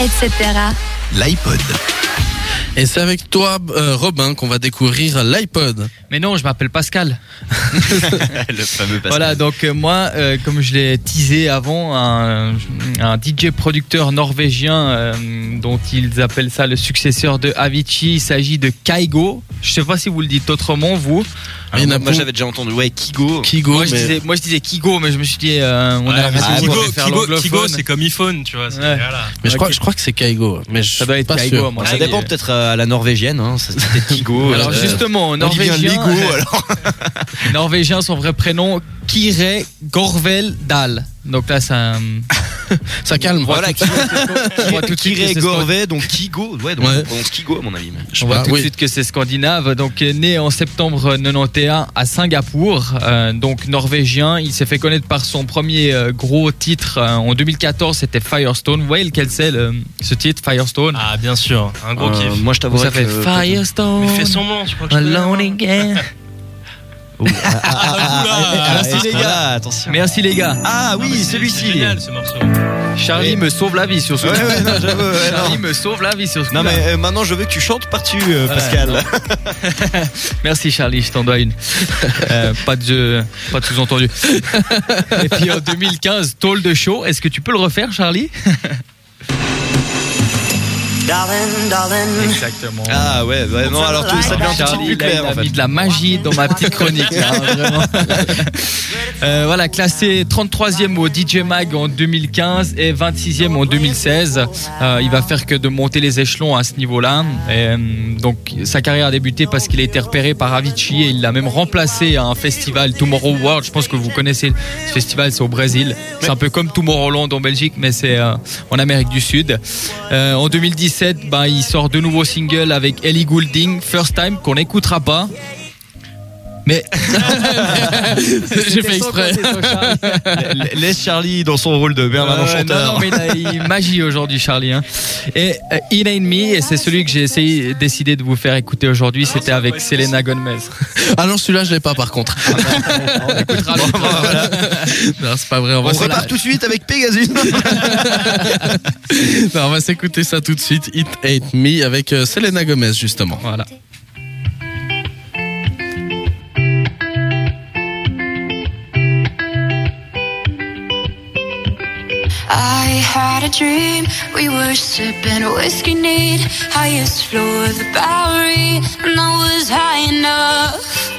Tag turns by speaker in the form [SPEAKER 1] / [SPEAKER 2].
[SPEAKER 1] etc.
[SPEAKER 2] L'iPod. Et c'est avec toi, euh, Robin, qu'on va découvrir l'iPod.
[SPEAKER 3] Mais non, je m'appelle Pascal.
[SPEAKER 4] le fameux Pascal.
[SPEAKER 3] Voilà, donc euh, moi, euh, comme je l'ai teasé avant, un, un DJ producteur norvégien euh, dont ils appellent ça le successeur de Avicii, il s'agit de Kaigo. Je sais pas si vous le dites autrement, vous.
[SPEAKER 4] Ah,
[SPEAKER 2] Il y en a
[SPEAKER 4] moi,
[SPEAKER 2] beaucoup.
[SPEAKER 4] j'avais déjà entendu, ouais, Kigo.
[SPEAKER 2] Kigo,
[SPEAKER 3] moi, je
[SPEAKER 2] mais-
[SPEAKER 3] disais, moi, je disais Kigo, mais je me suis dit, euh, on
[SPEAKER 5] Ouais,
[SPEAKER 3] a la
[SPEAKER 5] mais
[SPEAKER 3] raison
[SPEAKER 5] Kigo,
[SPEAKER 3] pour faire
[SPEAKER 5] Kigo,
[SPEAKER 3] l'anglophone.
[SPEAKER 5] Kigo, c'est comme iPhone, tu vois. c'est-
[SPEAKER 3] Ouais.
[SPEAKER 5] voilà.
[SPEAKER 2] mais je, crois,
[SPEAKER 3] ok.
[SPEAKER 2] je crois que c'est Kaigo. Mais je
[SPEAKER 3] Ça doit
[SPEAKER 2] suis
[SPEAKER 3] être
[SPEAKER 2] pas
[SPEAKER 3] Kaigo,
[SPEAKER 2] sûr.
[SPEAKER 3] à mon
[SPEAKER 4] ça
[SPEAKER 3] avis.
[SPEAKER 4] dépend peut-être euh, à la norvégienne, hein. ça- c'était Kigo.
[SPEAKER 3] Alors
[SPEAKER 4] euh,
[SPEAKER 3] justement,
[SPEAKER 4] on dit bien
[SPEAKER 3] norvégien, euh,
[SPEAKER 4] Ligo, alors.
[SPEAKER 3] norvégien, son vrai prénom, Kire Gorvel Dahl. Donc là, ça. euh,
[SPEAKER 2] Ça calme.
[SPEAKER 4] Voilà, Kigo,
[SPEAKER 3] on voit tout de suite que
[SPEAKER 4] Kiré
[SPEAKER 3] c'est scan-
[SPEAKER 4] Gorvet, donc Kigo. Ouais, donc
[SPEAKER 2] Ouais.
[SPEAKER 4] on prononce Kigo, à mon avis.
[SPEAKER 2] Je sais
[SPEAKER 3] On voit
[SPEAKER 2] pas,
[SPEAKER 3] tout de
[SPEAKER 2] Ah oui.
[SPEAKER 3] suite que c'est scandinave. Donc est né en septembre 91 à Singapour, euh, donc norvégien. Il s'est fait connaître par son premier euh, gros titre euh, en 2014. C'était Firestone. Vous voyez lequel c'est le- ce titre Firestone
[SPEAKER 5] Ah, bien sûr, un gros
[SPEAKER 4] Euh,
[SPEAKER 5] kiff.
[SPEAKER 4] moi, je t'avouerais
[SPEAKER 3] Ça fait
[SPEAKER 4] que-
[SPEAKER 3] Firestone.
[SPEAKER 5] Mais fais semblant, je crois que je peux-
[SPEAKER 3] Alone again.
[SPEAKER 4] Oh, ah, ah, ah, ah,
[SPEAKER 5] Oula.
[SPEAKER 4] ah,
[SPEAKER 3] Merci,
[SPEAKER 4] ah,
[SPEAKER 3] les gars.
[SPEAKER 4] ah, Attention.
[SPEAKER 3] Merci les gars.
[SPEAKER 4] Ah
[SPEAKER 5] Ah, mais
[SPEAKER 4] oui,
[SPEAKER 5] c'est- C'est
[SPEAKER 4] celui-ci.
[SPEAKER 5] génial ce morceau.
[SPEAKER 3] Charlie
[SPEAKER 4] Et-
[SPEAKER 3] me sauve la vie sur ce.
[SPEAKER 4] Ouais,
[SPEAKER 3] coup-là.
[SPEAKER 4] ouais, non, j'avoue, ouais, non.
[SPEAKER 3] Charlie me sauve la vie sur ce.
[SPEAKER 4] Non
[SPEAKER 3] coup-là.
[SPEAKER 4] mais euh, maintenant je veux que tu chantes par-dessus euh,
[SPEAKER 3] Ouais,
[SPEAKER 4] Pascal.
[SPEAKER 3] Merci Charlie, je t'en dois une. Euh, pas de, pas de sous-entendu. Et puis en 2015, Tall de Show. Est-ce que tu peux le refaire, Charlie
[SPEAKER 6] Darling, darling,
[SPEAKER 3] Exactement.
[SPEAKER 4] Ah ouais, ouais, non alors tout, ça devient un petit peu
[SPEAKER 3] Charlie,
[SPEAKER 4] plus
[SPEAKER 3] là, il
[SPEAKER 4] clair
[SPEAKER 3] a
[SPEAKER 4] en fait.
[SPEAKER 3] mis de la magie dans ma petite chronique. là, hein, vraiment. Euh, voilà, classé 33e au DJ Mag en 2015 et 26e en 2016. Euh, il va faire que de monter les échelons à ce niveau-là. Et, euh, donc sa carrière a débuté parce qu'il a été repéré par Avicii et il l'a même remplacé à un festival Tomorrow World. Je pense que vous connaissez ce festival, c'est au Brésil. C'est un peu comme Tomorrowland en Belgique, mais c'est euh, en Amérique du Sud. Euh, en 2017, bah, il sort de nouveaux singles avec Ellie Goulding, First Time, qu'on n'écoutera pas. Mais
[SPEAKER 2] J'ai fait exprès.
[SPEAKER 4] La- Laisse Charlie dans son rôle de Bernard
[SPEAKER 3] Euh,
[SPEAKER 4] Enchanteur.
[SPEAKER 3] Non, non, mais il a- il magie aujourd'hui, Charlie. hein. Et euh, In Ain't Me, et c'est celui que j'ai essayé, décidé de vous faire écouter aujourd'hui. C'était avec Selena Gomez.
[SPEAKER 2] Ah non, celui-là, je l'ai pas par contre. Non, c'est pas vrai. On
[SPEAKER 4] On
[SPEAKER 2] va, se-
[SPEAKER 4] repart tout de suite avec Pegasus.
[SPEAKER 2] non, on va s'écouter ça tout de suite. It Ain't Me avec euh, Selena Gomez, justement.
[SPEAKER 3] Voilà.
[SPEAKER 7] I had a dream. We were sipping whiskey neat, highest floor of the Bowery, and I was high enough.